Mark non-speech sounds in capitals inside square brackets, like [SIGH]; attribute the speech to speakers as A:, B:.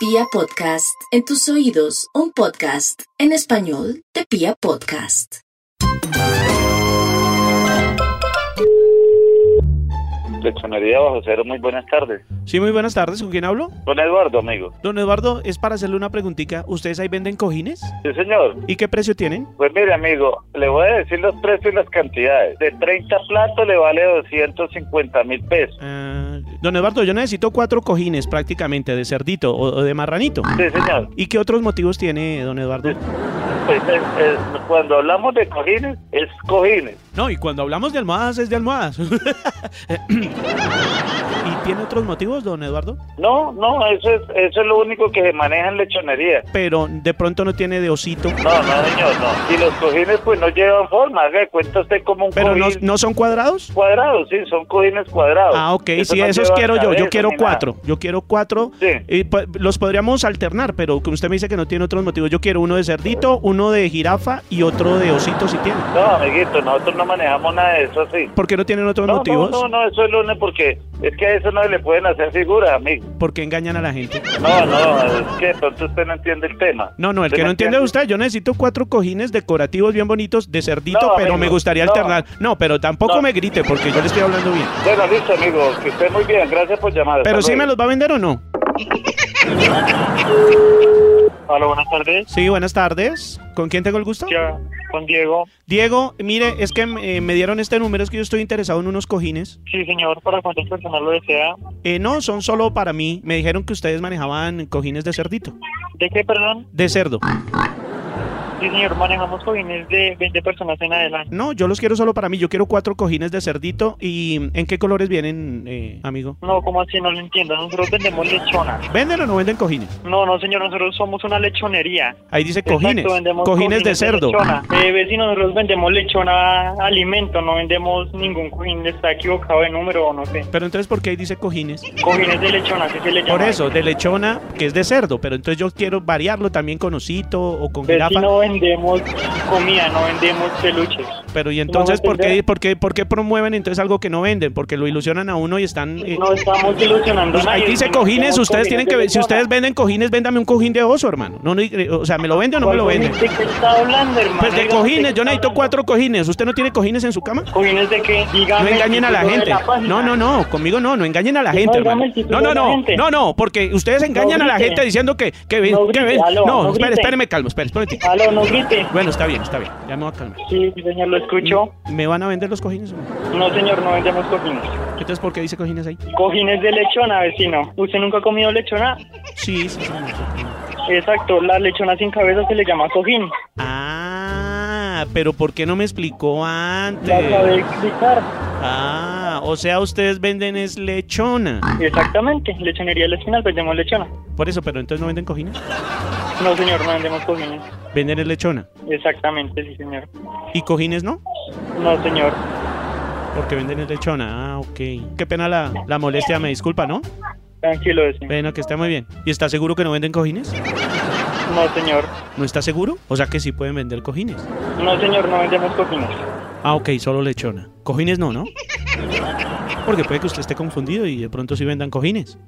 A: Pia Podcast, en tus oídos, un podcast en español de Pia Podcast.
B: Leccionaría Bajo Cero, muy buenas tardes.
C: Sí, muy buenas tardes. ¿Con quién hablo?
B: Don Eduardo, amigo.
C: Don Eduardo, es para hacerle una preguntita. ¿Ustedes ahí venden cojines?
B: Sí, señor.
C: ¿Y qué precio tienen?
B: Pues mire, amigo, le voy a decir los precios y las cantidades. De 30 platos le vale 250 mil pesos.
C: Ah, don Eduardo, yo necesito cuatro cojines prácticamente de cerdito o, o de marranito.
B: Sí, señor.
C: ¿Y qué otros motivos tiene, don Eduardo?
B: Pues es- es- cuando hablamos de cojines, es cojines.
C: No, y cuando hablamos de almohadas es de almohadas. [LAUGHS] ¿Y tiene otros motivos, don Eduardo?
B: No, no, eso es, eso es lo único que se maneja en lechonería.
C: Pero de pronto no tiene de osito.
B: No, no, señor, no. Y los cojines, pues no llevan forma. Haga de cuenta usted como un
C: ¿Pero no,
B: cojín
C: no son cuadrados?
B: cuadrado, sí, son cojines cuadrados.
C: Ah, ok, sí,
B: no
C: esos
B: llevan
C: quiero yo. Yo
B: cabeza
C: quiero
B: ni nada.
C: cuatro. Yo quiero cuatro.
B: Sí.
C: Y, pues, los podríamos alternar, pero como usted me dice que no tiene otros motivos, yo quiero uno de cerdito, uno de jirafa y otro de osito si tiene.
B: No, amiguito, nosotros no manejamos nada de eso así.
C: ¿Por qué no tienen otros
B: No,
C: motivos?
B: No, no, no, eso es lunes porque es que a eso no le pueden hacer figura, amigo.
C: ¿Por qué engañan a la gente?
B: No, no,
C: [LAUGHS]
B: es que de pronto usted no entiende el tema.
C: No, no, el
B: ¿Sí
C: que
B: me
C: no entiende es usted, yo necesito cuatro cojines decorativos bien bonitos de cerdito,
B: No,
C: pero
B: amigo,
C: me gustaría
B: no.
C: alternar. No, pero tampoco
B: No.
C: me grite porque yo le estoy hablando bien.
B: Bueno, listo, amigo, que esté muy bien, gracias por llamar.
C: Pero
B: si
C: sí me los va a vender o no.
B: Hola, buenas tardes.
C: Sí, buenas tardes. ¿Con quién tengo el gusto?
B: Ya, con Diego.
C: Diego, mire, es que eh, me dieron este número, es que yo estoy interesado en unos cojines.
B: Sí, señor, para cuántas personas lo desea.
C: Eh, no, son solo para mí. Me dijeron que ustedes manejaban cojines de cerdito.
B: ¿De qué, perdón?
C: De cerdo.
B: Sí, señor, manejamos cojines de 20 personas en adelante.
C: No, yo los quiero solo para mí. Yo quiero cuatro cojines de cerdito. ¿Y en qué colores vienen, eh, amigo?
B: No, ¿cómo así? No lo entiendo. Nosotros vendemos lechonas.
C: ¿Venden o no venden cojines?
B: No, no, señor, nosotros somos una lechonería.
C: Ahí dice cojines.
B: Exacto, vendemos
C: Cojines de cerdo.
B: lechona. Eh, vecino, nosotros vendemos lechona alimento, no vendemos ningún cojín, está equivocado de número o no sé.
C: Pero entonces, ¿por qué ahí dice cojines?
B: Cojines de lechona, así se le llama.
C: Por eso, de lechona, que es de cerdo. Pero entonces yo quiero variarlo también con osito o con jirafa.
B: Vecino, vendemos comida, no vendemos peluches.
C: Pero y entonces,
B: no
C: ¿por qué,
B: entender.
C: por, qué, ¿por qué promueven entonces algo que no venden? Porque lo ilusionan a uno y están... eh,
B: No estamos ilusionando a
C: Pues ahí
B: nadie,
C: dice
B: sino
C: cojines,
B: vendemos
C: ustedes tienen que
B: de
C: ver, si
B: lechona.
C: ustedes venden cojines, véndame un cojín de oso, hermano. No, no, eh, o sea, ¿me lo vende o no me lo
B: ¿Cuál
C: vende?
B: cojín? ¿De qué está hablando, hermano?
C: Pues de
B: Dígame,
C: cojines,
B: qué
C: yo
B: está
C: necesito
B: hablando?
C: cuatro cojines. ¿Usted no tiene cojines en su cama?
B: ¿Cojines de qué? Dígame
C: No
B: el
C: engañen a la
B: título de
C: gente.
B: página.
C: No, no, no, conmigo no, no engañen a la
B: No,
C: gente,
B: dígame
C: hermano.
B: el título
C: No, no,
B: de la
C: no,
B: gente.
C: no, no, porque ustedes engañan a la
B: grite.
C: gente diciendo que, que ven,
B: No
C: que
B: grite,
C: ven.
B: aló,
C: No,
B: no
C: espere,
B: grite.
C: espéreme, calmo, espere, espere. un momentico.
B: Aló, no grite.
C: Bueno, está bien, está bien, ya me voy a calmar.
B: Sí, señor, lo escucho.
C: ¿Me van a vender los cojines? o no?
B: No, señor, no vendemos cojines.
C: Entonces, ¿por qué dice cojines ahí?
B: Cojines de lechona, vecino. ¿Usted nunca ha comido lechona?
C: Sí, sí, sí. no.
B: Exacto, la lechona sin cabeza se le llama cojín.
C: Ah, pero ¿por qué no me explicó antes?
B: La acabé de explicar.
C: Ah, o sea, ustedes venden es lechona.
B: Exactamente, lechonería del espinal, vendemos lechona.
C: Por eso, pero entonces no venden cojines.
B: No, señor, no vendemos cojines.
C: Venden es lechona.
B: Exactamente, sí, señor.
C: ¿Y cojines no?
B: No, señor.
C: Porque venden es lechona. Ah, ok. Qué pena la, la molestia, me disculpa, ¿no?
B: Tranquilo, vecino.
C: Bueno, que está muy bien. ¿Y está seguro que no venden cojines?
B: No, señor.
C: ¿No está seguro? O sea que sí pueden vender cojines.
B: No, señor, no vendemos cojines.
C: Ah, ok, solo lechona. Cojines no, ¿no? Porque puede que usted esté confundido y de pronto sí vendan cojines.